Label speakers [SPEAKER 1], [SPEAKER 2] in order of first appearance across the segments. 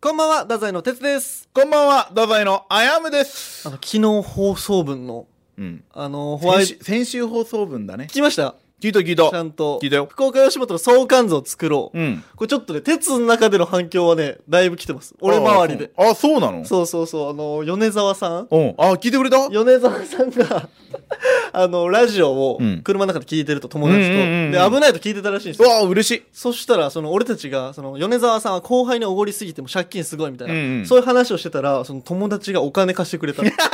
[SPEAKER 1] こんばんは、太宰の哲です。
[SPEAKER 2] こんばんは、太宰のあやむで
[SPEAKER 1] あ
[SPEAKER 2] す。
[SPEAKER 1] の、昨日放送分の、
[SPEAKER 2] うん。
[SPEAKER 1] あの、ホワ
[SPEAKER 2] 先
[SPEAKER 1] イト
[SPEAKER 2] 週、先週放送分だね
[SPEAKER 1] 聞。きました
[SPEAKER 2] 聞いた聞い
[SPEAKER 1] ちゃ
[SPEAKER 2] た。
[SPEAKER 1] んと。
[SPEAKER 2] 聞いたよ
[SPEAKER 1] 福岡吉本の相関図を作ろう。
[SPEAKER 2] うん。
[SPEAKER 1] これちょっとね、哲の中での反響はね、だいぶ来てます。俺周りで。
[SPEAKER 2] あ。そうあ、そうなの
[SPEAKER 1] そうそうそう、あの、米沢さん
[SPEAKER 2] うん。あ、聞いてくれた
[SPEAKER 1] 米沢さんが、 あの、ラジオを
[SPEAKER 2] うん
[SPEAKER 1] 車の中で聞いてると友達と、
[SPEAKER 2] うんうんうんうん
[SPEAKER 1] で、危ないと聞いてたらしいんです
[SPEAKER 2] う
[SPEAKER 1] よ。
[SPEAKER 2] わ、嬉しい。
[SPEAKER 1] そしたら、その、俺たちが、その、米沢さんは後輩におごりすぎても借金すごいみたいな、
[SPEAKER 2] うんうん
[SPEAKER 1] そういう話をしてたら、その友達がお金貸してくれ たの。だか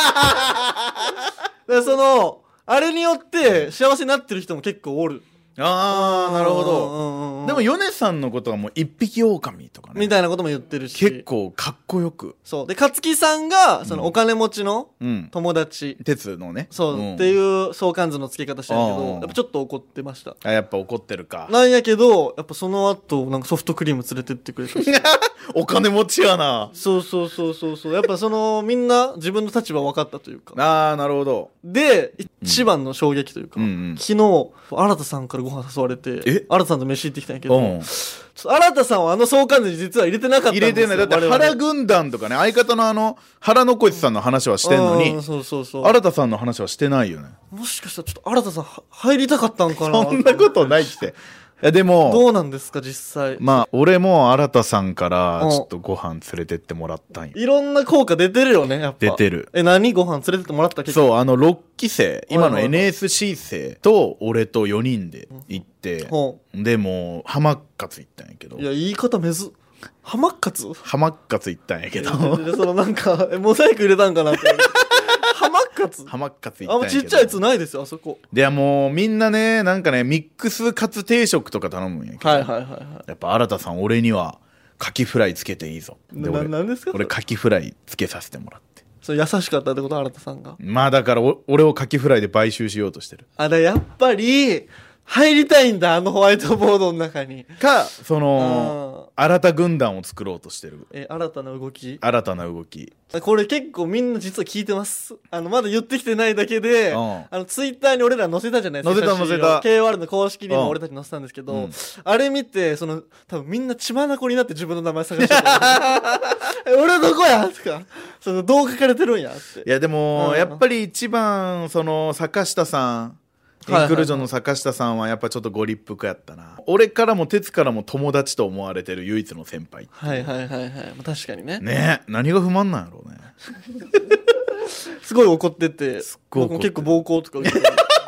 [SPEAKER 1] らその、あれによって幸せになってる人も結構おる。
[SPEAKER 2] あー、なるほど。
[SPEAKER 1] ど
[SPEAKER 2] でも、ヨネさんのことはもう一匹狼とか
[SPEAKER 1] み
[SPEAKER 2] ね。
[SPEAKER 1] たいなことも言ってるし。
[SPEAKER 2] 結。構かっこよく。
[SPEAKER 1] そう。で、勝木さんが、その、お金持ちの
[SPEAKER 2] うん。
[SPEAKER 1] 友達。
[SPEAKER 2] 鉄のね。
[SPEAKER 1] そう、
[SPEAKER 2] ん
[SPEAKER 1] っていう相関図の付け方してるけ
[SPEAKER 2] うん
[SPEAKER 1] ど、やっぱちょっと怒ってました。
[SPEAKER 2] あ、やっぱ怒ってるか。
[SPEAKER 1] なんやけど、やっぱその後、なんかソフトクリーム連れてってくれたし。
[SPEAKER 2] お金持ちやな。
[SPEAKER 1] そうそうそうそうそう。やっぱその、みんな自分の立場分かったというか。
[SPEAKER 2] あー、なるほど。
[SPEAKER 1] で、一番の衝撃というか、
[SPEAKER 2] うんうん
[SPEAKER 1] 昨日、新田さんからご飯誘われて
[SPEAKER 2] え、
[SPEAKER 1] 新田さんと飯行ってきたんやけ
[SPEAKER 2] う
[SPEAKER 1] ど、
[SPEAKER 2] ん。
[SPEAKER 1] ちょっと新田さんはあの相関図に実は入れてなかったん
[SPEAKER 2] 入
[SPEAKER 1] ですよ
[SPEAKER 2] れてない。だって
[SPEAKER 1] 我々
[SPEAKER 2] 原軍団とかね、相方のあの、原残しさんの話はしてん
[SPEAKER 1] う
[SPEAKER 2] のに
[SPEAKER 1] ん、そうそうそう。
[SPEAKER 2] 新田さんの話はしてないよね。
[SPEAKER 1] もしかしたらちょっと新田さんは入りたかったんかな
[SPEAKER 2] そんなことないって。いやでも、
[SPEAKER 1] どうなんですか、実際。
[SPEAKER 2] まあ、俺も新田さんから
[SPEAKER 1] う、ん
[SPEAKER 2] ちょっとご飯連れてってもらったんよ。
[SPEAKER 1] いろんな効果出てるよね、やっぱ。
[SPEAKER 2] 出てる。
[SPEAKER 1] え、何ご飯連れてってもらった結構。
[SPEAKER 2] そう、あの、6期生、今の
[SPEAKER 1] はいはいはい
[SPEAKER 2] NSC 生と俺と4人で行って、
[SPEAKER 1] ほ
[SPEAKER 2] で、もう、浜っかつ行ったんやけど
[SPEAKER 1] うい、や、言い方めず。浜っかつ
[SPEAKER 2] 浜っかつ行ったんやけど、
[SPEAKER 1] でそのなんか、えモザイク入れたんかなって。浜っかつ
[SPEAKER 2] 浜っかつ行
[SPEAKER 1] あ、
[SPEAKER 2] っ
[SPEAKER 1] もう
[SPEAKER 2] た
[SPEAKER 1] んち
[SPEAKER 2] やけど。
[SPEAKER 1] っちゃいやつないですよ、あそこ。
[SPEAKER 2] で、もう、みんなね、なんかね、ミックスカツ定食とか頼むんやけど、
[SPEAKER 1] はいはいはいは
[SPEAKER 2] やっぱ新田さん、俺には、カキフライつけていいぞ。
[SPEAKER 1] い。
[SPEAKER 2] で、
[SPEAKER 1] な、
[SPEAKER 2] 俺、
[SPEAKER 1] なんですか
[SPEAKER 2] 俺、カキフライつけさせてもらって。
[SPEAKER 1] それ優しかったってこと、新田さんが。
[SPEAKER 2] まあだからお俺をカキフライで買収しようとしてる
[SPEAKER 1] あれ、やっぱり、入りたいんだ、あのホワイトボードの中に。
[SPEAKER 2] かその新た軍団を作ろうとしてる
[SPEAKER 1] え、新たな動き。
[SPEAKER 2] 新たな動き
[SPEAKER 1] これ結構みんな実は聞いてます。あの、まだ言ってきてないだけで、
[SPEAKER 2] うん
[SPEAKER 1] あの、ツイッターに俺ら載せたじゃないですか。
[SPEAKER 2] 載せた
[SPEAKER 1] 写真を
[SPEAKER 2] 載せた
[SPEAKER 1] KOR の公式に
[SPEAKER 2] うん
[SPEAKER 1] も俺たち載せたんですけど、
[SPEAKER 2] うん
[SPEAKER 1] あれ見て、その、多分みんな血眼になって自分の名前探してた。え 俺どこやとか、その、どう書かれてるんやって。
[SPEAKER 2] いやでも、
[SPEAKER 1] うん
[SPEAKER 2] やっぱり一番その坂下さん
[SPEAKER 1] はいはい
[SPEAKER 2] インクルージョンの坂下さんはやっぱちょっとご立腹やったな俺からも哲からも友達と思われてる唯一の先輩
[SPEAKER 1] はいはいはいはい。まあ確かにね。
[SPEAKER 2] ね何が不満なんやろうね
[SPEAKER 1] すごい怒ってて、
[SPEAKER 2] っごい怒
[SPEAKER 1] 僕も
[SPEAKER 2] って
[SPEAKER 1] 結
[SPEAKER 2] る
[SPEAKER 1] 構暴行とか受けて、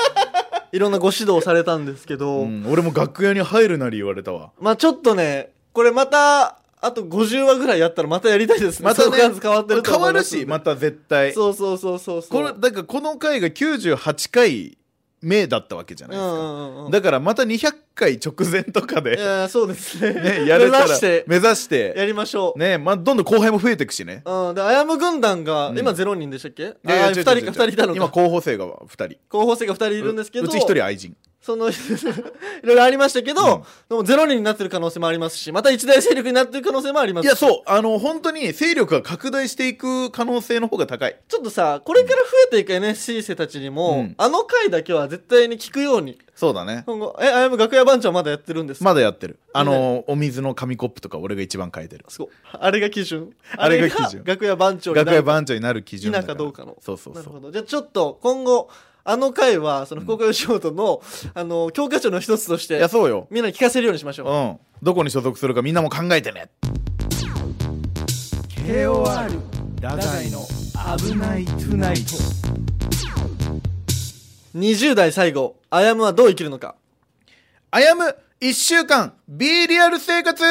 [SPEAKER 1] いろんなご指導されたんですけど、
[SPEAKER 2] うん俺も楽屋に入るなり言われたわ
[SPEAKER 1] まあちょっとね、これまた、あと50話ぐらいやったらまたやりたいですね。
[SPEAKER 2] またね
[SPEAKER 1] 相関図変わってると
[SPEAKER 2] 変
[SPEAKER 1] 思
[SPEAKER 2] わ
[SPEAKER 1] いま
[SPEAKER 2] る
[SPEAKER 1] すんで
[SPEAKER 2] しまた絶対
[SPEAKER 1] そうそうそうそうそう。
[SPEAKER 2] これだからこの回が98回目だったわけじゃないですか、
[SPEAKER 1] うんうんうんうん、
[SPEAKER 2] だからまた200回直前とかで、
[SPEAKER 1] いやそうですね。
[SPEAKER 2] ね、やれた
[SPEAKER 1] 目
[SPEAKER 2] ら
[SPEAKER 1] 指して
[SPEAKER 2] 目指して
[SPEAKER 1] やりましょう。
[SPEAKER 2] ねまあ、どんどん後輩も増えていくしね
[SPEAKER 1] うん、で、あやむ軍団が、
[SPEAKER 2] うん
[SPEAKER 1] 今0人でしたっけ
[SPEAKER 2] いやいや
[SPEAKER 1] あー
[SPEAKER 2] 違
[SPEAKER 1] 二
[SPEAKER 2] う
[SPEAKER 1] 人か
[SPEAKER 2] 違う違う
[SPEAKER 1] 二人いたの
[SPEAKER 2] 今
[SPEAKER 1] か。
[SPEAKER 2] 候補生が2人
[SPEAKER 1] 候補生が二人いるんですけど、
[SPEAKER 2] うち1人愛人
[SPEAKER 1] その、い ろいろありましたけど、
[SPEAKER 2] うん
[SPEAKER 1] でも0人になってる可能性もありますし、また一大勢力になってる可能性もあります
[SPEAKER 2] いやそうあの本当に勢力が拡大していく可能性の方が高い
[SPEAKER 1] ちょっとさ、これから増えていく NSC 生たちにも、
[SPEAKER 2] うん
[SPEAKER 1] あの回だけは絶対に聞くように。
[SPEAKER 2] そうだね
[SPEAKER 1] 今後、え、あやむ楽屋番長まだやってるんですか、
[SPEAKER 2] まだやってるあのお水の紙コップとか俺が一番変えてる
[SPEAKER 1] すごいあれが基準。
[SPEAKER 2] あれが基準
[SPEAKER 1] あれ楽屋番長になる
[SPEAKER 2] 楽屋番長になる基準だら
[SPEAKER 1] 否かどうかの
[SPEAKER 2] そうそう
[SPEAKER 1] なる
[SPEAKER 2] そ
[SPEAKER 1] ほ
[SPEAKER 2] う
[SPEAKER 1] ど。じゃあちょっと今後、あの回は、その福岡吉本の、あの、教科書の一つとし
[SPEAKER 2] い
[SPEAKER 1] て
[SPEAKER 2] や、そうよ
[SPEAKER 1] みんなに聞かせるようにしまし
[SPEAKER 2] う
[SPEAKER 1] ょう。
[SPEAKER 2] んどこに所属するかみんなも考えてね
[SPEAKER 3] KOR 太宰の危ないトゥナイト
[SPEAKER 1] 20代最後、あやむはどう生きるのか。
[SPEAKER 2] あやむ1週間 B リアル生活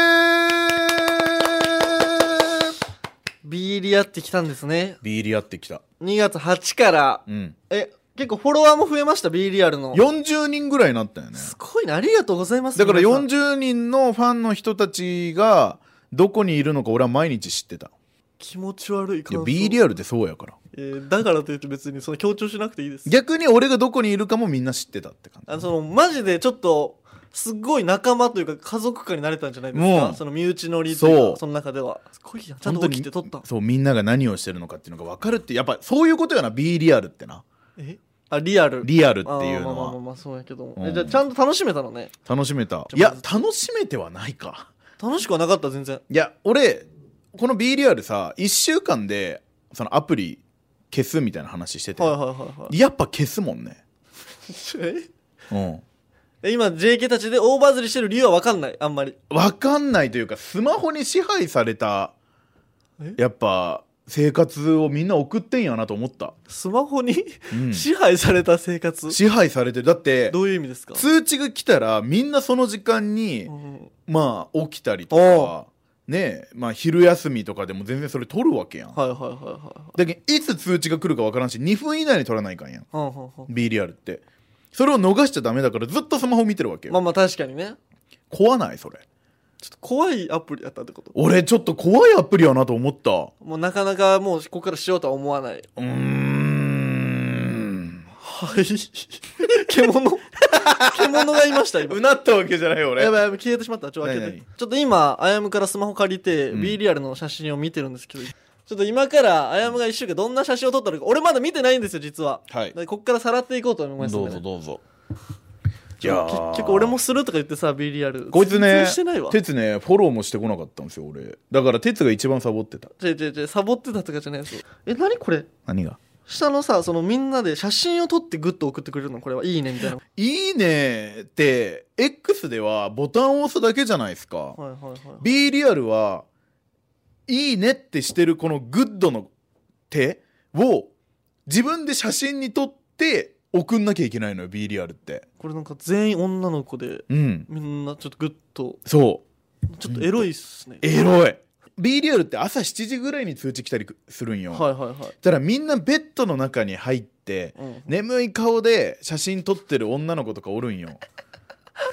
[SPEAKER 1] B リアってきたんですね。
[SPEAKER 2] B リアってきた
[SPEAKER 1] 2月8から、
[SPEAKER 2] うん
[SPEAKER 1] え、結構フォロワーも増えました、B リアルの。
[SPEAKER 2] 40人ぐらいになったよね
[SPEAKER 1] すごいな、ありがとうございます。
[SPEAKER 2] だから
[SPEAKER 1] 皆さん
[SPEAKER 2] 40人のファンの人たちがどこにいるのか俺は毎日知ってた
[SPEAKER 1] 気持ち悪い
[SPEAKER 2] い
[SPEAKER 1] 感
[SPEAKER 2] や
[SPEAKER 1] 想
[SPEAKER 2] B リアルってそうやから
[SPEAKER 1] えーだからといって別にその強調しなくていいです。
[SPEAKER 2] 逆に俺がどこにいるかもみんな知ってたって感
[SPEAKER 1] あの
[SPEAKER 2] じ
[SPEAKER 1] そのマジでちょっとすっごい仲間というか家族感になれたんじゃないです
[SPEAKER 2] も
[SPEAKER 1] か
[SPEAKER 2] う
[SPEAKER 1] その身内乗りという
[SPEAKER 2] そう
[SPEAKER 1] かその中ではすごいやんちゃんと
[SPEAKER 2] 本当
[SPEAKER 1] 起
[SPEAKER 2] に
[SPEAKER 1] きて撮った
[SPEAKER 2] そうみんなが何をしてるのかっていうのが分かるってやっぱそういうことやな B リアルってな
[SPEAKER 1] えあリアル
[SPEAKER 2] リアルっていう
[SPEAKER 1] あーまあまあまあ
[SPEAKER 2] のは
[SPEAKER 1] まあそうやけども、
[SPEAKER 2] うん
[SPEAKER 1] えじゃあちゃんと楽しめたのね
[SPEAKER 2] 楽しめた
[SPEAKER 1] ちょ
[SPEAKER 2] いや楽しめてはないか
[SPEAKER 1] 楽しくはなかった全然
[SPEAKER 2] いや俺この B リアルさ1週間でそのアプリ消すみたいな話してて、
[SPEAKER 1] はいはいはいはい
[SPEAKER 2] やっぱ消すもんねうん
[SPEAKER 1] え今 JK たちで大バズりしてる理由は分かんないあんまり
[SPEAKER 2] わかんないというかスマホに支配された
[SPEAKER 1] え
[SPEAKER 2] やっぱ生活をみんな送ってんやなと思った、
[SPEAKER 1] スマホに
[SPEAKER 2] うん
[SPEAKER 1] 支配された生活、
[SPEAKER 2] 支配されてるだって
[SPEAKER 1] どういう意味ですか、
[SPEAKER 2] 通知が来たらみんなその時間に、
[SPEAKER 1] うん
[SPEAKER 2] まあ起きたりとかねえまあ昼休みとかでも全然それ取るわけやん、
[SPEAKER 1] はいはいはいはい
[SPEAKER 2] だけどいつ通知が来るかわからんし2分以内に取らないかんやん
[SPEAKER 1] はんはんはん
[SPEAKER 2] B リアルってそれを逃しちゃダメだからずっとスマホ見てるわけよ、
[SPEAKER 1] まあまあ確かにね
[SPEAKER 2] 怖ないそれ
[SPEAKER 1] ちょっと怖いアプリやったってこと
[SPEAKER 2] 俺ちょっと怖いアプリやなと思った
[SPEAKER 1] もうなかなかもうここからしようとは思わないう
[SPEAKER 2] ーん
[SPEAKER 1] はい獣獣がいました今
[SPEAKER 2] うなったわけじゃないよ俺
[SPEAKER 1] やばいやばい消えてしまったちょっと開け
[SPEAKER 2] 何
[SPEAKER 1] て
[SPEAKER 2] 々
[SPEAKER 1] ちょっと今あやむからスマホ借りて、
[SPEAKER 2] うん
[SPEAKER 1] B リアルの写真を見てるんですけどちょっと今からあやむが一週間どんな写真を撮ったのか俺まだ見てないんですよ実は
[SPEAKER 2] はい
[SPEAKER 1] でこっからさらっていこうと思いますね
[SPEAKER 2] どうぞい
[SPEAKER 1] ち
[SPEAKER 2] や
[SPEAKER 1] ょ
[SPEAKER 2] ー
[SPEAKER 1] 結局俺もするとか言ってさ B リアル
[SPEAKER 2] こいつ
[SPEAKER 1] 全
[SPEAKER 2] ね
[SPEAKER 1] 然してないわ
[SPEAKER 2] 鉄ねフォローもしてこなかったんですよ俺だから鉄が一番サボってた
[SPEAKER 1] 違う違う違うサボってたとかじゃないですよえ何これ
[SPEAKER 2] 何が
[SPEAKER 1] 下のさそのみんなで写真を撮ってグッと送ってくれるのこれはいいねみ たいなはい
[SPEAKER 2] いいねって X ではボタンを押すだけじゃないですか、
[SPEAKER 1] はいはい
[SPEAKER 2] B リアルはいいねってしてるこのグッドの手を自分で写真に撮って送んなきゃいけないのよ B リアルって
[SPEAKER 1] これなんか全員女の子で
[SPEAKER 2] うん
[SPEAKER 1] みんなちょっとグッと
[SPEAKER 2] そう
[SPEAKER 1] ちょっとエロいっすね
[SPEAKER 2] エロい B リアルって朝7時ぐらいに通知来たりするんよ、
[SPEAKER 1] はいはいはい
[SPEAKER 2] たらみんなベッドの中に入って
[SPEAKER 1] うんうん
[SPEAKER 2] 眠い顔で写真撮ってる女の子とかおるん よ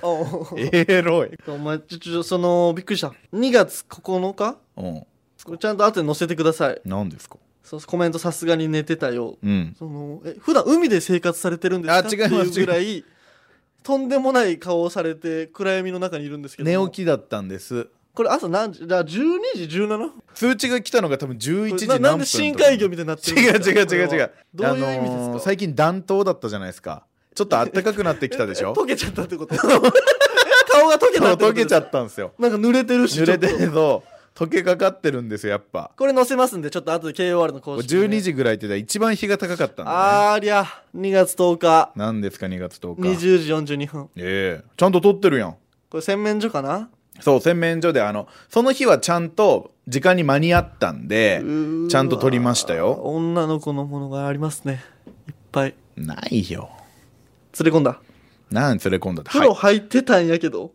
[SPEAKER 1] お
[SPEAKER 2] エロい、
[SPEAKER 1] お前ちょちょそのびっくりした2月9日
[SPEAKER 2] うん、
[SPEAKER 1] これちゃんと後で載せてください
[SPEAKER 2] 何ですか
[SPEAKER 1] そうコメントさすがに寝てたよ
[SPEAKER 2] うん
[SPEAKER 1] そのえ普段海で生活されてるんですか
[SPEAKER 2] あ
[SPEAKER 1] って
[SPEAKER 2] 違い
[SPEAKER 1] い
[SPEAKER 2] ます
[SPEAKER 1] うぐらいとんでもない顔をされて暗闇の中にいるんですけど
[SPEAKER 2] 寝
[SPEAKER 1] も
[SPEAKER 2] 起きだったんです
[SPEAKER 1] これ朝何時じゃあ12時17分
[SPEAKER 2] 通知が来たのが多分11
[SPEAKER 1] こ
[SPEAKER 2] 時
[SPEAKER 1] れな
[SPEAKER 2] 何分
[SPEAKER 1] なんで深海魚みたいになってるん
[SPEAKER 2] 違う
[SPEAKER 1] ですか
[SPEAKER 2] 違う違う違う
[SPEAKER 1] これはどういう意味ですか、
[SPEAKER 2] あのー最近暖冬だったじゃないですかちょっと暖かくなってきたでしょ
[SPEAKER 1] 溶けちゃったって ことえ顔が溶け
[SPEAKER 2] そ
[SPEAKER 1] た
[SPEAKER 2] う
[SPEAKER 1] ってこと
[SPEAKER 2] 溶けちゃったんですよ
[SPEAKER 1] なんか濡れてるし
[SPEAKER 2] 濡れて
[SPEAKER 1] ちょっと
[SPEAKER 2] ると溶けかかってるんですよやっぱ
[SPEAKER 1] これ載せますんでちょっと後で KOR の公式で
[SPEAKER 2] 12時ぐらいって言ったら一番日が高かったんだね
[SPEAKER 1] あーりゃ2月10日
[SPEAKER 2] 何ですか2月10日
[SPEAKER 1] 20時42分
[SPEAKER 2] ええちゃんと撮ってるやん
[SPEAKER 1] これ洗面所かな
[SPEAKER 2] そう洗面所であのその日はちゃんと時間に間に合ったんでちゃんと撮りましたよ
[SPEAKER 1] 女の子のものがありますねいっぱい
[SPEAKER 2] ないよ
[SPEAKER 1] 連れ込んだ
[SPEAKER 2] なん連れ込んだって
[SPEAKER 1] 風呂
[SPEAKER 2] はい
[SPEAKER 1] 入ってたんやけど、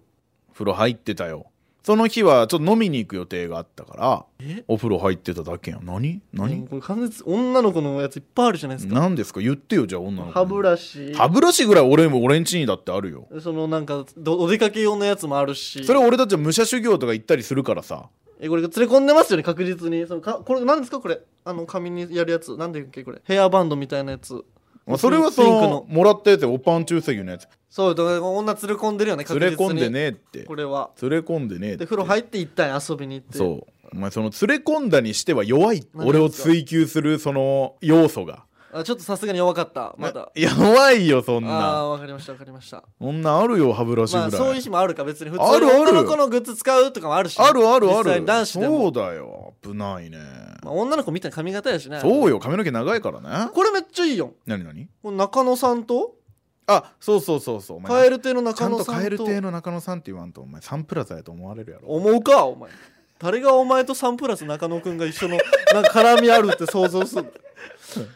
[SPEAKER 2] 風呂入ってたよその日はちょっと飲みに行く予定があったから
[SPEAKER 1] え
[SPEAKER 2] お風呂入ってただけやん
[SPEAKER 1] で
[SPEAKER 2] 何
[SPEAKER 1] も
[SPEAKER 2] 何
[SPEAKER 1] これ完全に女の子のやついっぱいあるじゃないですか
[SPEAKER 2] 何ですか言ってよじゃあ女の子
[SPEAKER 1] 歯ブラシ
[SPEAKER 2] 歯ブラシぐらい俺も俺んちにだってあるよ
[SPEAKER 1] そのなんかどお出かけ用のやつもあるし
[SPEAKER 2] それ俺たちは武者修行とか行ったりするからさ
[SPEAKER 1] えこれ連れ込んでますよね確実にそのかこれ何ですかこれあの髪にやるやつなんていうんだっけこれヘアバンドみたいなやつ
[SPEAKER 2] まあそれはそ
[SPEAKER 1] ピンク
[SPEAKER 2] の
[SPEAKER 1] の
[SPEAKER 2] もらったやつやおパン中世牛のやつ
[SPEAKER 1] そうだから女連れ込んでるよね
[SPEAKER 2] 連
[SPEAKER 1] 確実
[SPEAKER 2] れ
[SPEAKER 1] に
[SPEAKER 2] 込んでねえって
[SPEAKER 1] これは
[SPEAKER 2] 連れ込んでねえっ
[SPEAKER 1] で
[SPEAKER 2] て
[SPEAKER 1] 風呂入って一旦遊びに行って
[SPEAKER 2] そうお前その連れ込んだにしては弱
[SPEAKER 1] 何
[SPEAKER 2] い
[SPEAKER 1] ですか
[SPEAKER 2] 俺を追求するその要素が
[SPEAKER 1] あちょっとさすがに弱かったまだ、
[SPEAKER 2] いや弱いよそん
[SPEAKER 1] ああ
[SPEAKER 2] な
[SPEAKER 1] ーわかりましたわかりました
[SPEAKER 2] そんなあるよ歯ブラシぐ
[SPEAKER 1] ま
[SPEAKER 2] ら
[SPEAKER 1] あ
[SPEAKER 2] い、
[SPEAKER 1] そういう日もあるか別に普通
[SPEAKER 2] ある
[SPEAKER 1] に
[SPEAKER 2] ある
[SPEAKER 1] 女の子のグッズ使うとかもあるしね、
[SPEAKER 2] あるあるあ
[SPEAKER 1] 実際
[SPEAKER 2] る
[SPEAKER 1] に男子でも
[SPEAKER 2] そうだよ危ないね、
[SPEAKER 1] まあ、女の子みたいな髪型やしね
[SPEAKER 2] そうよ髪の毛長いからね
[SPEAKER 1] これめっちゃいいよ
[SPEAKER 2] 何何
[SPEAKER 1] この中野さんと
[SPEAKER 2] あそうそうそうそうお前
[SPEAKER 1] カエル亭の
[SPEAKER 2] ちゃ
[SPEAKER 1] 中
[SPEAKER 2] ん
[SPEAKER 1] 野
[SPEAKER 2] と
[SPEAKER 1] さんと
[SPEAKER 2] カエル亭の中野さんって言わんとお前サンプラザやと思われるやろ
[SPEAKER 1] 思うかお前誰がお前とサンプラス中野くんが一緒の なんか絡みあるって想像する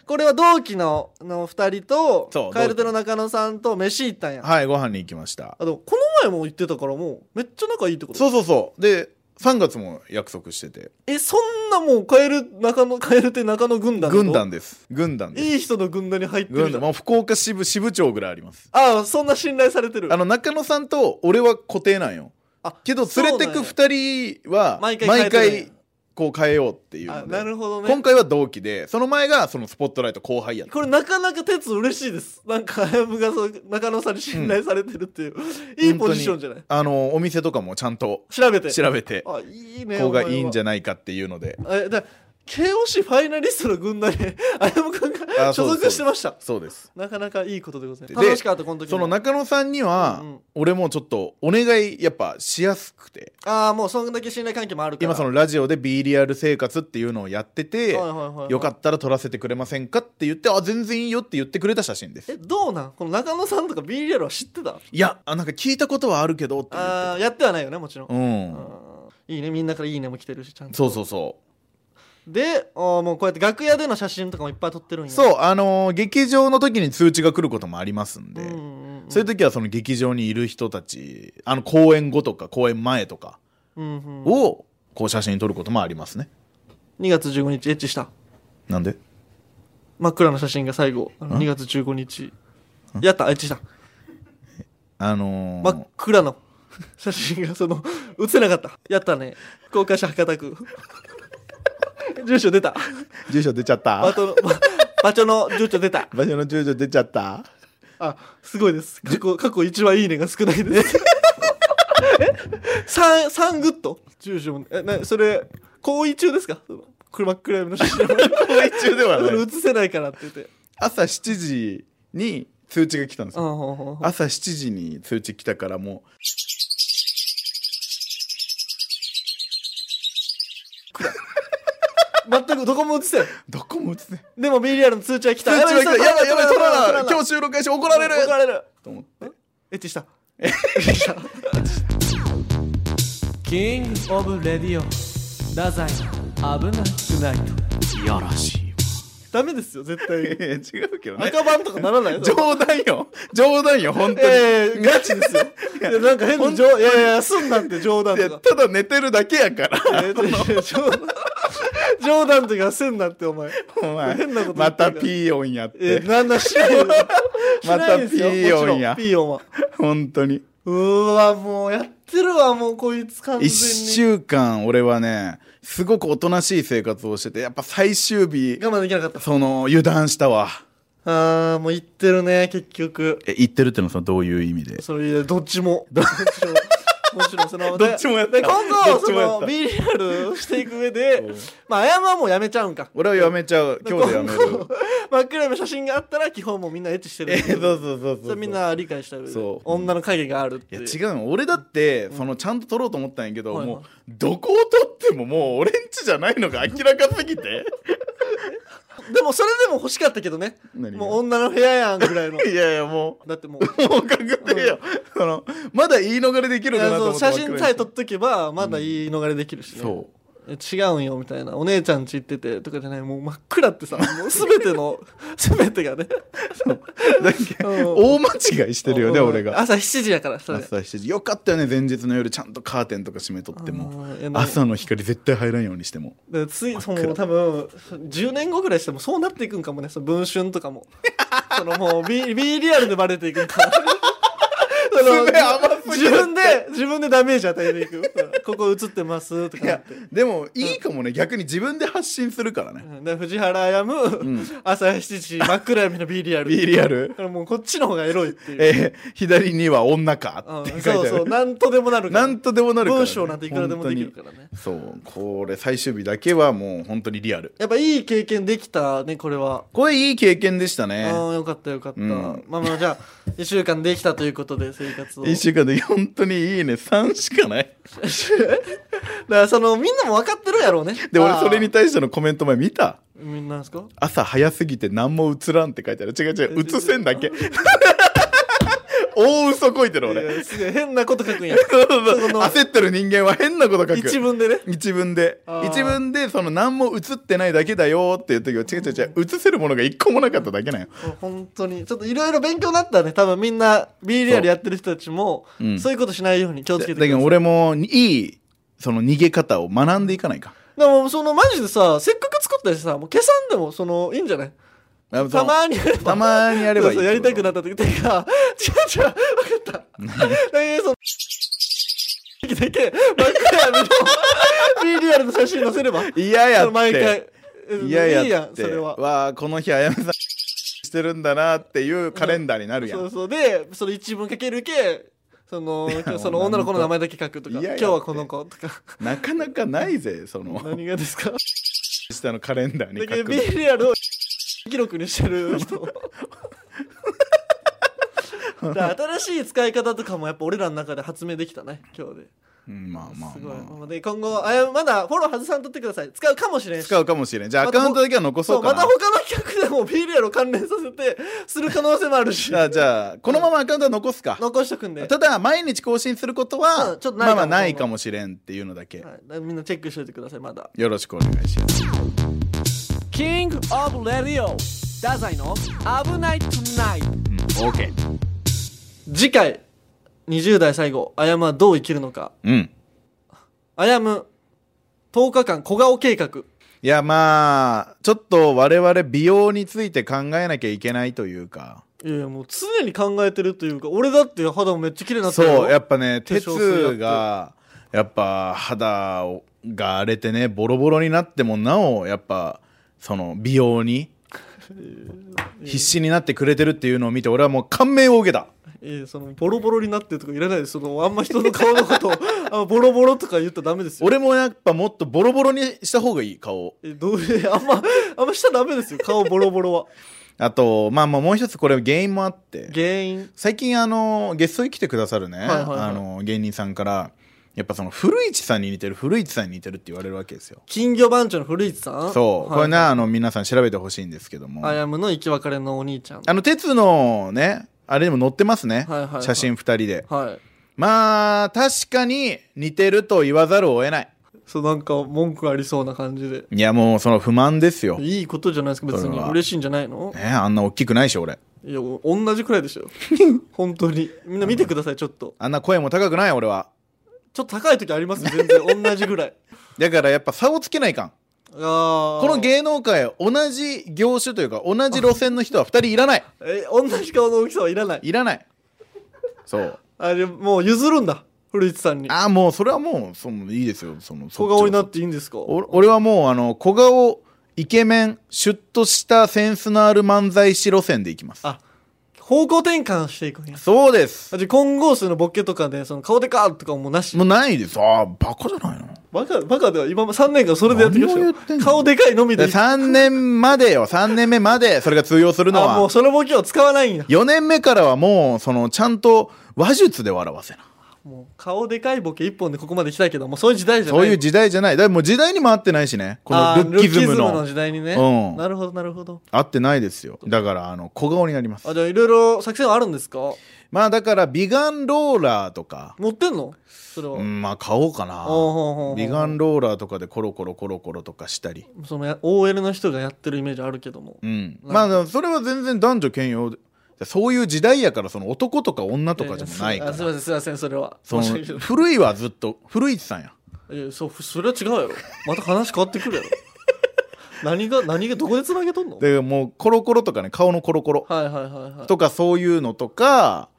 [SPEAKER 1] これは同期のの2人
[SPEAKER 2] そ
[SPEAKER 1] と
[SPEAKER 2] う
[SPEAKER 1] カエル亭の中野さんと飯行ったんや
[SPEAKER 2] はいご飯に行きました
[SPEAKER 1] あでもこの前も行ってたからもうめっちゃ仲いいってこと
[SPEAKER 2] そうそうそうで3月も約束してて
[SPEAKER 1] えそんなもうカエル中野カエル亭中野軍団の
[SPEAKER 2] 軍団です軍団です
[SPEAKER 1] いい人の軍団に入ってる
[SPEAKER 2] 軍
[SPEAKER 1] じゃ
[SPEAKER 2] 団
[SPEAKER 1] ん
[SPEAKER 2] もう福岡支部支部長ぐらいあります
[SPEAKER 1] ああそんな信頼されてる
[SPEAKER 2] あの中野さんと俺は固定なんよ
[SPEAKER 1] あ
[SPEAKER 2] けど連れてく2人は
[SPEAKER 1] 毎回変え
[SPEAKER 2] 毎
[SPEAKER 1] てるんや
[SPEAKER 2] 回こう変えようっていう
[SPEAKER 1] あ
[SPEAKER 2] の
[SPEAKER 1] な
[SPEAKER 2] で
[SPEAKER 1] るほどね
[SPEAKER 2] 今回は同期でその前がそのスポットライト後輩やった
[SPEAKER 1] これなかなか鉄嬉しいですなんかあやむがそう中野さんに信頼されてるっていう、いいポジションじゃない
[SPEAKER 2] あのお店とかもちゃんと
[SPEAKER 1] 調べて
[SPEAKER 2] 調べて
[SPEAKER 1] あいいね
[SPEAKER 2] こうがいいんじゃ
[SPEAKER 1] な
[SPEAKER 2] ないかっていうので
[SPEAKER 1] いえだ KOC ファイナリストの軍団に 歩夢君が
[SPEAKER 2] あそ
[SPEAKER 1] 所
[SPEAKER 2] うです
[SPEAKER 1] 属してました
[SPEAKER 2] そうです
[SPEAKER 1] なかなかいいことでございます
[SPEAKER 2] で
[SPEAKER 1] 楽しかったこの時も
[SPEAKER 2] その中野さんには、
[SPEAKER 1] うんうん
[SPEAKER 2] 俺もちょっとお願いやっぱしやすくて
[SPEAKER 1] ああもうそんだけ信頼関係もあるから
[SPEAKER 2] 今そのラジオで B リアル生活っていうのをやってて、
[SPEAKER 1] はいはいはいはい
[SPEAKER 2] よかったら撮らせてくれませんかって言ってあ全然いいよって言ってくれた写真です
[SPEAKER 1] えどうなんこの中野さんとか B リアルは知ってた
[SPEAKER 2] いやあなんか聞いたことはあるけどって言って
[SPEAKER 1] あーやってはないよねもちろん、
[SPEAKER 2] う
[SPEAKER 1] あ
[SPEAKER 2] ん
[SPEAKER 1] ーいいねみんなからいいねも来てるしちゃんと
[SPEAKER 2] そうそうそ
[SPEAKER 1] であーもうこうやって楽屋での写真とかもいっぱい撮ってるん
[SPEAKER 2] う
[SPEAKER 1] や
[SPEAKER 2] そうあのー劇場の時に通知が来ることもありますんで、
[SPEAKER 1] うんうんうん
[SPEAKER 2] そういう時はその劇場にいる人たちあの公演後とか公演前とか
[SPEAKER 1] うんうん
[SPEAKER 2] をこう写真撮ることもありますね
[SPEAKER 1] 2月15日エッチした
[SPEAKER 2] なんで
[SPEAKER 1] 真っ暗な写真が最後あの
[SPEAKER 2] ん
[SPEAKER 1] 2月15日やったエッチした
[SPEAKER 2] あのー
[SPEAKER 1] 真っ暗の写真がその写せなかったやったね福岡市博多区住所出た
[SPEAKER 2] 住所出ちゃった
[SPEAKER 1] バトのババチョの住所出た
[SPEAKER 2] 場所の住所出ちゃった
[SPEAKER 1] あすごいです過去過去一番いいねが少ないですえ三三グッド住所もえなそれ行為中ですかその車クライムの写真
[SPEAKER 2] 公演中では
[SPEAKER 1] それ
[SPEAKER 2] ない
[SPEAKER 1] 写せないからって言って
[SPEAKER 2] 朝7時に通知が来たんです
[SPEAKER 1] あ
[SPEAKER 2] よ
[SPEAKER 1] ほうほうほう
[SPEAKER 2] 朝7時に通知来たからも
[SPEAKER 1] 全くどこも写せないう
[SPEAKER 2] どこも映ってない
[SPEAKER 1] でも BDR の通知は来
[SPEAKER 2] 通知
[SPEAKER 1] た
[SPEAKER 2] が来たやばいやばい撮らな今
[SPEAKER 1] 今
[SPEAKER 2] 日
[SPEAKER 1] 日
[SPEAKER 2] 収録開始怒られる
[SPEAKER 1] 怒られる
[SPEAKER 2] と思って
[SPEAKER 1] エッチした
[SPEAKER 3] キングオブレディオ太宰の危なくない
[SPEAKER 2] いやらしい
[SPEAKER 1] ダメですよ絶
[SPEAKER 2] や
[SPEAKER 1] 対
[SPEAKER 2] 違うけどね
[SPEAKER 1] 赤番とかならないよ
[SPEAKER 2] 冗談よ冗談よ本当に、
[SPEAKER 1] ええガチですよいやなんか変な冗いやいやすんなんて冗談
[SPEAKER 2] いや
[SPEAKER 1] とか
[SPEAKER 2] ただ寝てるだけやから
[SPEAKER 1] えーいやいや冗談冗談とかすんなってお前
[SPEAKER 2] お前
[SPEAKER 1] 変なこと言
[SPEAKER 2] ま
[SPEAKER 1] ってるから
[SPEAKER 2] たピーヨンやって、
[SPEAKER 1] えー、なんだしないよしないですよ
[SPEAKER 2] またピーヨンや
[SPEAKER 1] もちろんピーヨンは
[SPEAKER 2] 本当に
[SPEAKER 1] うーわもうやってるわもうこいつ完全に
[SPEAKER 2] 1週間俺はねすごくおとなしい生活をしててやっぱ最終日
[SPEAKER 1] 我慢できなかった
[SPEAKER 2] その油断したわ
[SPEAKER 1] あーもう言ってるね結局
[SPEAKER 2] え言ってるってのはそのどういう意味で
[SPEAKER 1] それいやどっちもどっちももちろんその
[SPEAKER 2] どっちもやった
[SPEAKER 1] でで今
[SPEAKER 2] ど
[SPEAKER 1] 後
[SPEAKER 2] っち
[SPEAKER 1] そ
[SPEAKER 2] もやった
[SPEAKER 1] の B リアルをしていく上でまあ謝はもうやめちゃうんか
[SPEAKER 2] 俺はやめちゃう今日でやめる
[SPEAKER 1] 今 後真っ暗の写真があったら基本もうみんなエッチしてる
[SPEAKER 2] えそうそうそう
[SPEAKER 1] そ
[SPEAKER 2] そう
[SPEAKER 1] れみんな理解した上で
[SPEAKER 2] そう
[SPEAKER 1] 女の影があるっ
[SPEAKER 2] い
[SPEAKER 1] て
[SPEAKER 2] や
[SPEAKER 1] いう
[SPEAKER 2] 違うの俺だってそのちゃんと撮ろうと思ったんやけど、
[SPEAKER 1] はいはい
[SPEAKER 2] もうどこを撮ってももう俺んちじゃないのが明らかす ぎて
[SPEAKER 1] でもそれでも欲しかったけどね
[SPEAKER 2] 何が
[SPEAKER 1] もう女の部屋やんぐ らいの
[SPEAKER 2] いやいやも
[SPEAKER 1] だってもう
[SPEAKER 2] うもう確定よ、そのまだ言い逃れできる
[SPEAKER 1] い
[SPEAKER 2] か
[SPEAKER 1] や
[SPEAKER 2] なと
[SPEAKER 1] そ
[SPEAKER 2] 思っ
[SPEAKER 1] う
[SPEAKER 2] て
[SPEAKER 1] 写真さえ撮
[SPEAKER 2] っ
[SPEAKER 1] っとけばまだ言い逃れできるし、ね
[SPEAKER 2] そう
[SPEAKER 1] え違うんよみたいなお姉ちゃんち行っててとかじゃないもう真っ暗って さもう全ての全てがね
[SPEAKER 2] だっけ
[SPEAKER 1] うん
[SPEAKER 2] 大間違いしてるよね
[SPEAKER 1] うん
[SPEAKER 2] 俺が
[SPEAKER 1] 朝7時やからそれ
[SPEAKER 2] 朝7時よかったよね前日の夜ちゃんとカーテンとか閉めとっても
[SPEAKER 1] うんいやでも
[SPEAKER 2] 朝の光絶対入らんようにしても
[SPEAKER 1] でついその多分10年後ぐらいしてもそうなっていくんかもねその文春とかも そのもう B, B リアルでバレていくん かもその
[SPEAKER 2] 爪甘すぎ
[SPEAKER 1] 自
[SPEAKER 2] る
[SPEAKER 1] 分で自分でダメージ与えていく そのここ映ってますとか
[SPEAKER 2] い
[SPEAKER 1] 言っ
[SPEAKER 2] や
[SPEAKER 1] て
[SPEAKER 2] でもいいかもね逆に自分で発信するからね
[SPEAKER 1] うんで藤原歩む、朝7時真っ暗闇の B リアル
[SPEAKER 2] B リアル
[SPEAKER 1] だからもうこっちの方がエロいっていう、
[SPEAKER 2] えー左には女か
[SPEAKER 1] うん
[SPEAKER 2] って書いてあ
[SPEAKER 1] そう
[SPEAKER 2] る
[SPEAKER 1] そうなんとでもなるから
[SPEAKER 2] なんとでもなるから、
[SPEAKER 1] 文章なんていくらでもできるからね
[SPEAKER 2] らそうこれ最終日だけはもう本当にリアル
[SPEAKER 1] やっぱいい経験できたねこれは、
[SPEAKER 2] これいい経験でしたね
[SPEAKER 1] ああよかったよかった、
[SPEAKER 2] うん
[SPEAKER 1] まあまあじゃ あ1週間できたということで生活を
[SPEAKER 2] 1週間で本当にいいね3しかない
[SPEAKER 1] だからそのみんなも分かってるやろうね
[SPEAKER 2] で俺
[SPEAKER 1] あー
[SPEAKER 2] それに対してのコメント前見た
[SPEAKER 1] みんなですか
[SPEAKER 2] 朝早すぎて何も映らんって書いてある違う違う映せんだけ 大嘘こいてる
[SPEAKER 1] い
[SPEAKER 2] 俺
[SPEAKER 1] やすげえ変なこと書くんや
[SPEAKER 2] そうそうそ
[SPEAKER 1] そ
[SPEAKER 2] う
[SPEAKER 1] の
[SPEAKER 2] 焦ってる人間は変なこと書く
[SPEAKER 1] 一文でね
[SPEAKER 2] 一文で
[SPEAKER 1] あー
[SPEAKER 2] 一文でその何も映ってないだけだよっていう時は違う違う違う映せるものが一個もなかっただけなんよ
[SPEAKER 1] 本当にちょっといろいろ勉強になったね多分みんな B リアルやってる人たちもそう,、
[SPEAKER 2] うん
[SPEAKER 1] いうことしないように気をつ
[SPEAKER 2] だ
[SPEAKER 1] けて
[SPEAKER 2] だ
[SPEAKER 1] くだ
[SPEAKER 2] け
[SPEAKER 1] さ
[SPEAKER 2] ど
[SPEAKER 1] い
[SPEAKER 2] 俺もいいその逃げ方を学んでいかないか
[SPEAKER 1] でもそのマジでさせっかく作ったしさもう消さんでもそのいいんじゃない
[SPEAKER 2] あその
[SPEAKER 1] たまにやれば
[SPEAKER 2] たまにやればいい
[SPEAKER 1] そうそうやりたくなった時てか 違う違う分か ったえその時だけ真っ暗闇の B リアルの写真載せれば
[SPEAKER 2] 嫌や
[SPEAKER 1] その
[SPEAKER 2] って
[SPEAKER 1] 毎回うん
[SPEAKER 2] 嫌やって
[SPEAKER 1] いいやんそれは
[SPEAKER 2] わあこの日あやめさんしてるんだなっていうカレンダーになるやん、
[SPEAKER 1] そうそうでその一文かけるけその今日その
[SPEAKER 2] もう
[SPEAKER 1] 女の子の名前だけ書くとか
[SPEAKER 2] いやいや
[SPEAKER 1] 今日はこの子とか
[SPEAKER 2] なかなかないぜその
[SPEAKER 1] 何がですか
[SPEAKER 2] 下のカレンダーに
[SPEAKER 1] だけ
[SPEAKER 2] 書
[SPEAKER 1] ど B
[SPEAKER 2] く
[SPEAKER 1] リアルを記録にしてる 人だから新しい使い方とかもやっぱ俺らの中で発明できたね今日で
[SPEAKER 2] うんまあまあ
[SPEAKER 1] すごい、
[SPEAKER 2] ま
[SPEAKER 1] で今後あやまだフォロー外さんとってください使うかもしれ
[SPEAKER 2] あ
[SPEAKER 1] んし
[SPEAKER 2] 使うかもしれんじゃあア
[SPEAKER 1] また
[SPEAKER 2] カウントだけは残そ
[SPEAKER 1] そうう
[SPEAKER 2] か
[SPEAKER 1] ま
[SPEAKER 2] な
[SPEAKER 1] た他の企画でも B リアルを関連させてする可能性もあるし
[SPEAKER 2] じゃあじゃあこのままアカウントは残すか
[SPEAKER 1] 残しとくんで、はい
[SPEAKER 2] ただ毎日更新することは
[SPEAKER 1] うんちょっとない
[SPEAKER 2] まあ
[SPEAKER 1] かも
[SPEAKER 2] まあないかもしれんっていうのだけ
[SPEAKER 1] だからみんなチェックしといてくださいまだ
[SPEAKER 2] よろしくお願いします
[SPEAKER 3] キングオブレディオダザイの危ないトゥナイト
[SPEAKER 2] うん OK
[SPEAKER 1] 次回20代最後あやまはどう生きるのか
[SPEAKER 2] うん
[SPEAKER 1] あやむ10日間小顔計画
[SPEAKER 2] いやまあちょっと我々美容について考えなきゃいけないというか
[SPEAKER 1] いやいやもう常に考えてるというか俺だって肌もめっちゃ綺麗になってるよ
[SPEAKER 2] そうやっぱね
[SPEAKER 1] 化粧水やって
[SPEAKER 2] 鉄がやっぱ肌をが荒れてねボロボロになってもなおやっぱその美容に必死になってくれてるっていうのを見て俺はもう感銘を受けた
[SPEAKER 1] いやそのボロボロになってるとかいらないですそのあんま人の顔のことをあボロボロとか言ったらダメですよ
[SPEAKER 2] 俺もやっぱもっとボロボロにした方がいい顔を
[SPEAKER 1] えどういうあんまあんましちゃダメですよ顔ボロボロは
[SPEAKER 2] あとまあまあもう一つこれ原因もあって
[SPEAKER 1] 原因
[SPEAKER 2] 最近あのゲストに来てくださるね、
[SPEAKER 1] いはいはい
[SPEAKER 2] あの芸人さんからやっぱその古市さんに似てる古市さんに似てるって言われるわけですよ
[SPEAKER 1] 金魚番長の古市さん
[SPEAKER 2] そう、
[SPEAKER 1] はい
[SPEAKER 2] これねあの皆さん調べてほしいんですけども
[SPEAKER 1] あやむの生き別れのお兄ちゃん
[SPEAKER 2] あの鉄のねあれにも載ってますね、
[SPEAKER 1] はいはいはい
[SPEAKER 2] 写真2人で
[SPEAKER 1] はい
[SPEAKER 2] まあ確かに似てると言わざるを得ない
[SPEAKER 1] そうなんか文句ありそうな感じで
[SPEAKER 2] いやもうその不満ですよね
[SPEAKER 1] いいことじゃないですか別
[SPEAKER 2] それ
[SPEAKER 1] に
[SPEAKER 2] は
[SPEAKER 1] 嬉しいんじゃないの
[SPEAKER 2] あんな大きくないし俺
[SPEAKER 1] いやお同じくらいでし ょ本当にみんな見てくださいちょっと
[SPEAKER 2] あんな声も高くない俺は
[SPEAKER 1] ちょっと高い時ありますよ全然同じぐらい
[SPEAKER 2] だからやっぱ差をつけないかん
[SPEAKER 1] あー
[SPEAKER 2] この芸能界同じ業種というか同じ路線の人は2人いらない
[SPEAKER 1] え同じ顔の大きさはいらない
[SPEAKER 2] いらないそう
[SPEAKER 1] あれもう譲るんだ古市さんに
[SPEAKER 2] ああもうそれはもうそのいいですよその
[SPEAKER 1] 小顔にな
[SPEAKER 2] そっちは
[SPEAKER 1] っていいんですか
[SPEAKER 2] お俺はもうあの小顔イケメンシュッとしたセンスのある漫才師路線でいきます
[SPEAKER 1] あ方向転換していくんや
[SPEAKER 2] そうです
[SPEAKER 1] あじゃあ今後そのボケとかでその顔でかーとかもなし
[SPEAKER 2] もうないですああバカじゃないの
[SPEAKER 1] バカバカでは今3年間それでやってきました
[SPEAKER 2] 何を
[SPEAKER 1] よ
[SPEAKER 2] 言ってんの
[SPEAKER 1] 顔でかいのみで
[SPEAKER 2] 3年までよ3年目までそれが通用するの
[SPEAKER 1] あもう
[SPEAKER 2] は
[SPEAKER 1] そのボケを使わないんや
[SPEAKER 2] 4年目からはもうそのちゃんと話術で笑わせな
[SPEAKER 1] もう顔でかいボケ1本でここまで来たけどもうそういう時代じゃない
[SPEAKER 2] そういう時代じゃないだからもう時代にも合ってないしねこ
[SPEAKER 1] あ
[SPEAKER 2] の
[SPEAKER 1] ー
[SPEAKER 2] ルッキズム
[SPEAKER 1] ルッ
[SPEAKER 2] の
[SPEAKER 1] 時代にね、
[SPEAKER 2] うん
[SPEAKER 1] なるほどなるほど
[SPEAKER 2] 合ってないですよだからあの小顔になります
[SPEAKER 1] あじゃあいろいろ作戦はあるんですか
[SPEAKER 2] まあだから美顔ローラーとか
[SPEAKER 1] 持ってんのそれは、
[SPEAKER 2] うんまあ買おうかな
[SPEAKER 1] ほうほうほう
[SPEAKER 2] 美顔ローラーとかでコロコロコロコロとかしたり
[SPEAKER 1] そのや OL の人がやってるイメージあるけども、
[SPEAKER 2] う
[SPEAKER 1] な
[SPEAKER 2] ん
[SPEAKER 1] るほど
[SPEAKER 2] まあでもそれは全然男女兼用でそういう時代やからその男とか女とかじゃないか
[SPEAKER 1] あ
[SPEAKER 2] ら
[SPEAKER 1] すいませんすいませんそれは
[SPEAKER 2] そ
[SPEAKER 1] 申し訳
[SPEAKER 2] の古いはずっと古市さんや
[SPEAKER 1] ないいやそうそれは違うよまた話変わってく るやろ何が何がどこでつなげとんの
[SPEAKER 2] でもうコロコロとかね顔のコロコロ
[SPEAKER 1] はいはいはいはい
[SPEAKER 2] とかそういうのとか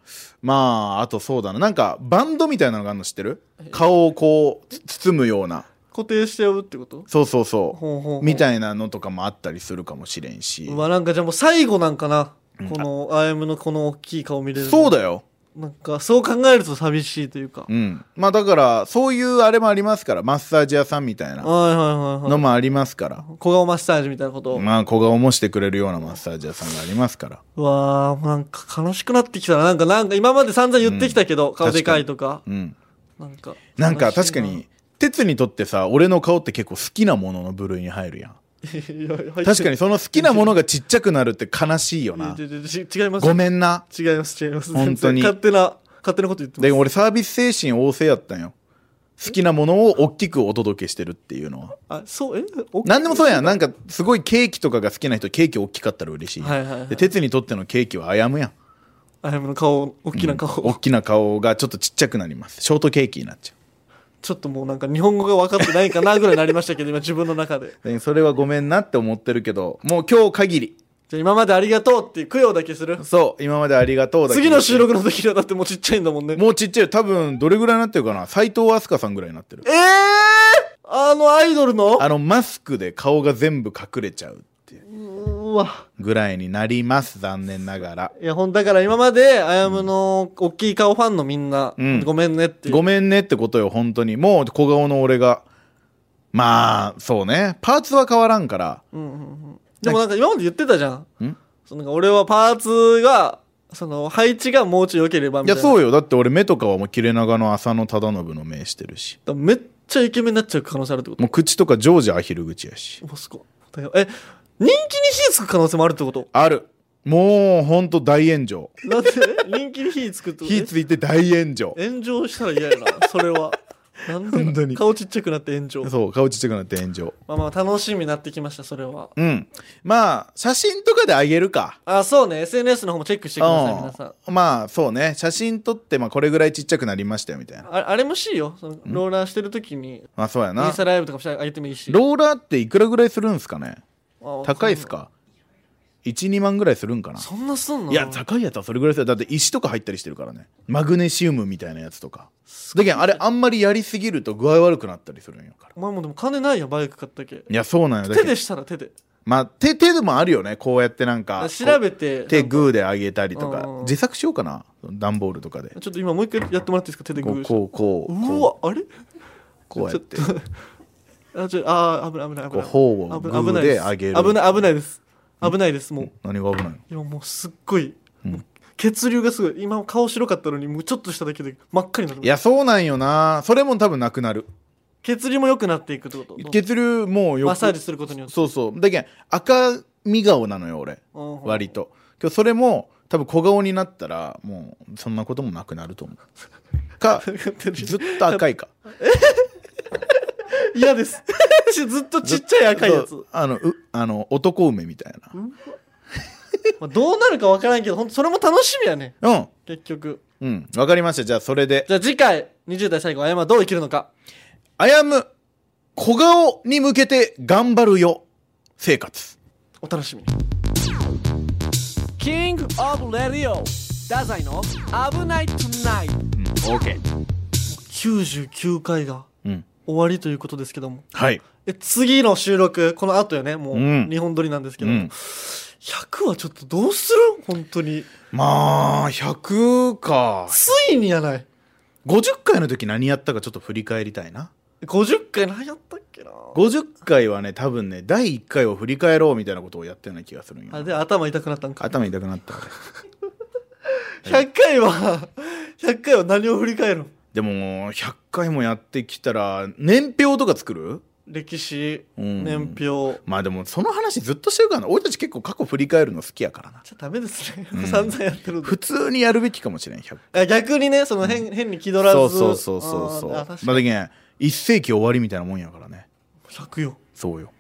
[SPEAKER 2] まああとそうだななんかバンドみたいなのがあるの知ってる顔をこうつ包むような
[SPEAKER 1] 固定しちゃうってこと
[SPEAKER 2] そうそうそ
[SPEAKER 1] ほうほうほう
[SPEAKER 2] うみたいなのとかもあったりするかもしれんし
[SPEAKER 1] うわなんかじゃあもう最後なんかな、この IM のこの大きい顔見れるの
[SPEAKER 2] そうだよ
[SPEAKER 1] なんかそう考えると寂しいというか、
[SPEAKER 2] うん、まあだからそういうあれもありますからマッサージ屋さんみたいな
[SPEAKER 1] はいはいはいは
[SPEAKER 2] のもありますから、
[SPEAKER 1] い小顔マッサージみたいなこと、
[SPEAKER 2] まあ小顔もしてくれるようなマッサージ屋さんがありますから
[SPEAKER 1] うわーなんか悲しくなってきたななんかなんか今まで散々言ってきたけど、顔でかいとか
[SPEAKER 2] うん
[SPEAKER 1] なんか
[SPEAKER 2] なんか
[SPEAKER 1] 悲し
[SPEAKER 2] 確
[SPEAKER 1] い
[SPEAKER 2] かに鉄にとってさ俺の顔って結構好きなものの部類に入るやん
[SPEAKER 1] いや入って
[SPEAKER 2] 確かにその好きなものがちっちゃくなるって悲しいよない
[SPEAKER 1] やいやいや違います
[SPEAKER 2] ごめんな
[SPEAKER 1] 違います違います
[SPEAKER 2] 本当に
[SPEAKER 1] 全然勝手な勝手なこと言ってます
[SPEAKER 2] で俺サービス精神旺盛やったんよ好きなものを大きくお届けしてるっていうのは
[SPEAKER 1] あそうえお
[SPEAKER 2] 何でもそうやんなんかすごいケーキとかが好きな人ケーキ大きかったら嬉しいやん、
[SPEAKER 1] はいはいはい
[SPEAKER 2] で鉄にとってのケーキはあや むやん
[SPEAKER 1] あやむの顔大きな顔、
[SPEAKER 2] 大きな顔がちょっとちっちゃくなりますショートケーキになっちゃ
[SPEAKER 1] ちょっともうなんか日本語が分かってないかなぐらいになりま したけど今自分の中で
[SPEAKER 2] うでそれはごめんなって思ってるけどもう今日限り
[SPEAKER 1] じゃあ今までありがとうっていう供養だけする
[SPEAKER 2] そう今までありがとうだけど
[SPEAKER 1] 次の収録の時にはだってもうちっちゃいんだもんね
[SPEAKER 2] もうちっちゃいよ多分どれぐらいになってるかな斎藤飛鳥さんぐらいになってる
[SPEAKER 1] ええー、あのアイドルの
[SPEAKER 2] あのマスクで顔が全部隠れちゃうっていう
[SPEAKER 1] うわ
[SPEAKER 2] ぐらいになります残念ながら
[SPEAKER 1] いやほんだから今まであやむの大きい顔ファンのみんな、
[SPEAKER 2] うん
[SPEAKER 1] ごめんねっていう
[SPEAKER 2] ごめんねってことよ本当にもう小顔の俺がまあそうねパーツは変わらんから
[SPEAKER 1] でもなんか今まで言ってたじゃん
[SPEAKER 2] ん
[SPEAKER 1] そのなんか俺はパーツがその配置がもうちょい良ければみ
[SPEAKER 2] い
[SPEAKER 1] たいな
[SPEAKER 2] やそうよだって俺目とかはもう切れ長の浅野忠信の目してるし
[SPEAKER 1] だからめっちゃイケメンになっちゃう可能性あるってこと
[SPEAKER 2] もう口とかジョージアヒル口やし
[SPEAKER 1] マスコだよえ人気に火つく可能性もあるってこと
[SPEAKER 2] あるもうほんと大炎上
[SPEAKER 1] なんで人気に火つくってこと
[SPEAKER 2] 火ついて大炎上
[SPEAKER 1] え炎上したら嫌やなそれはなんで
[SPEAKER 2] 本当に
[SPEAKER 1] 顔ちっちゃくなって炎上
[SPEAKER 2] そう顔ちっちゃくなって炎上
[SPEAKER 1] まあまあ楽しみになってきましたそれは
[SPEAKER 2] うんまあ写真とかであげるか
[SPEAKER 1] あそうね SNS の方もチェックしてください皆さん
[SPEAKER 2] うんまあそうね写真撮って、まあ、これぐらいちっちゃくなりましたよみたいな
[SPEAKER 1] ああれもしいよそのローラーしてる時に
[SPEAKER 2] まあそうや
[SPEAKER 1] イン
[SPEAKER 2] な
[SPEAKER 1] スタライブとかもしてあげてもいいし
[SPEAKER 2] ローラーっていくらぐらいするんすかね
[SPEAKER 1] あ
[SPEAKER 2] 高いっすか12万ぐらいするんかな
[SPEAKER 1] そんなそんないい
[SPEAKER 2] や高いやつはそれぐらいですよだって石とか入ったりしてるからねマグネシウムみたいなやつとかだけどあれあんまりやりすぎると具合悪くなったりするんよから
[SPEAKER 1] お前もでも金ないやんバイク買ったけ
[SPEAKER 2] いやそうなんよだ
[SPEAKER 1] 手
[SPEAKER 2] けど
[SPEAKER 1] でしたら手で
[SPEAKER 2] まあ手手でもあるよねこうやってなんか
[SPEAKER 1] 調べて
[SPEAKER 2] 手グーで上げたりとか
[SPEAKER 1] うん
[SPEAKER 2] 自作しようかな段ボールとかで
[SPEAKER 1] ちょっと今もう一回やってもらっていいですか手でグ
[SPEAKER 2] こう
[SPEAKER 1] ーして
[SPEAKER 2] こうこう
[SPEAKER 1] う
[SPEAKER 2] こ
[SPEAKER 1] わあれ
[SPEAKER 2] うこうやって
[SPEAKER 1] ちょっと あちょあー危ない危ない危
[SPEAKER 2] こ
[SPEAKER 1] な
[SPEAKER 2] う
[SPEAKER 1] い
[SPEAKER 2] 頬を
[SPEAKER 1] 危
[SPEAKER 2] グ
[SPEAKER 1] ない危
[SPEAKER 2] ー
[SPEAKER 1] ない
[SPEAKER 2] です上げる
[SPEAKER 1] 危ない危ないです危ないですもう
[SPEAKER 2] 何が危ないの
[SPEAKER 1] 今もうすっごい、もう血流がすごい今顔白かったのにもうちょっとしただけで真っ赤になる
[SPEAKER 2] いやそうなんよなそれも多分なくなる
[SPEAKER 1] 血流も良くなっていくってこと
[SPEAKER 2] 血流もうよく
[SPEAKER 1] マッサージすることによって
[SPEAKER 2] そうそうだけど赤み顔なのよ俺
[SPEAKER 1] うんうん
[SPEAKER 2] 割と今日それも多分小顔になったらもうそんなこともなくなると思うか ずっと赤いか
[SPEAKER 1] 嫌です 私ずっと ちっちゃい赤いやつ
[SPEAKER 2] そうあのうあの男梅みたいな
[SPEAKER 1] まあ、どうなるかわからんけどほんとそれも楽しみやね
[SPEAKER 2] うん
[SPEAKER 1] 結局
[SPEAKER 2] うんわかりましたじゃあそれで
[SPEAKER 1] じゃあ次回20代最後あやまどう生きるのか
[SPEAKER 2] あやむ小顔に向けて頑張るよ生活
[SPEAKER 1] お楽しみに
[SPEAKER 3] King of Radio ダザイの危ない tonight
[SPEAKER 2] うん OK
[SPEAKER 1] 99回が
[SPEAKER 2] うん
[SPEAKER 1] 終わりということですけども
[SPEAKER 2] はい
[SPEAKER 1] え次の収録この後よねもう
[SPEAKER 2] うん
[SPEAKER 1] 2本撮りなんですけ
[SPEAKER 2] う
[SPEAKER 1] ど、
[SPEAKER 2] ん
[SPEAKER 1] 100はちょっとどうする本当に
[SPEAKER 2] まあ100か
[SPEAKER 1] ついにやない
[SPEAKER 2] 50回の時何やったかちょっと振り返りたいな
[SPEAKER 1] 50回何やったっけな
[SPEAKER 2] 50回はね多分ね第1回を振り返ろうみたいなことをやったような気がするんよ
[SPEAKER 1] あで頭痛くなったんか
[SPEAKER 2] 頭痛くなった
[SPEAKER 1] 100回は100回は何を振り返るの
[SPEAKER 2] でも100回もやってきたら年表とか作る
[SPEAKER 1] 歴史
[SPEAKER 2] うん
[SPEAKER 1] 年表
[SPEAKER 2] まあでもその話ずっとしてるからな俺たち結構過去振り返るの好きやからな
[SPEAKER 1] じゃダメですね、
[SPEAKER 2] ん
[SPEAKER 1] 散々やってるんで
[SPEAKER 2] 普通にやるべきかもしれん100
[SPEAKER 1] あ逆にねその変変に気取らず
[SPEAKER 2] そうそうそうそうそう
[SPEAKER 1] あーあ確
[SPEAKER 2] ま
[SPEAKER 1] か
[SPEAKER 2] あ
[SPEAKER 1] に
[SPEAKER 2] だけん1世紀終わりみたいなもんやからね
[SPEAKER 1] 100よ
[SPEAKER 2] そうよ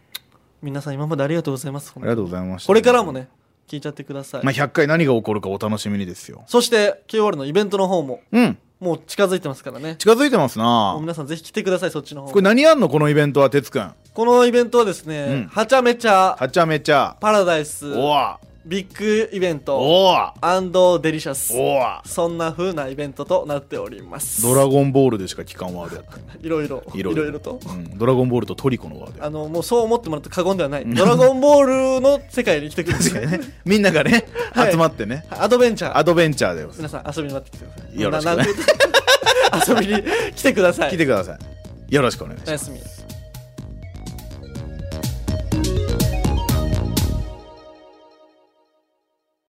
[SPEAKER 1] 皆さん今までありがとうございます
[SPEAKER 2] ありがとうございました
[SPEAKER 1] これからもね聞いちゃってください、
[SPEAKER 2] まあ100回何が起こるかお楽しみにですよ
[SPEAKER 1] そして KOR のイベントの方も
[SPEAKER 2] うん
[SPEAKER 1] もう近づいてますからね
[SPEAKER 2] 近づいてます
[SPEAKER 1] もう
[SPEAKER 2] な
[SPEAKER 1] 皆さんぜひ来てくださいそっちの方も
[SPEAKER 2] これ何やんのこのイベントは哲くん
[SPEAKER 1] このイベントはです
[SPEAKER 2] う
[SPEAKER 1] ね、
[SPEAKER 2] ん
[SPEAKER 1] はちゃめちゃ
[SPEAKER 2] はちゃめちゃ
[SPEAKER 1] パラダイス
[SPEAKER 2] おわ
[SPEAKER 1] ビッグイベント
[SPEAKER 2] おわ
[SPEAKER 1] アンドデリシャス
[SPEAKER 2] おわ
[SPEAKER 1] そんな風なイベントとなっております
[SPEAKER 2] ドラゴンボールでしか聞かんワードやった
[SPEAKER 1] いろいろい
[SPEAKER 2] い
[SPEAKER 1] ろい
[SPEAKER 2] ろいろ
[SPEAKER 1] ろと
[SPEAKER 2] うん、ドラゴンボールとトリコのワードや
[SPEAKER 1] あのもうそう思ってもらって過言ではないドラゴンボールの世界に来てください
[SPEAKER 2] みんながね、
[SPEAKER 1] はい
[SPEAKER 2] 集まってね
[SPEAKER 1] アドベンチャー
[SPEAKER 2] アドベンチャーだよ
[SPEAKER 1] 皆さん遊びに待ってきてください
[SPEAKER 2] よろしく
[SPEAKER 1] な
[SPEAKER 2] ね
[SPEAKER 1] なんて言う遊びに来てください
[SPEAKER 2] 来てくださいよろしくお願いします
[SPEAKER 1] おやすみ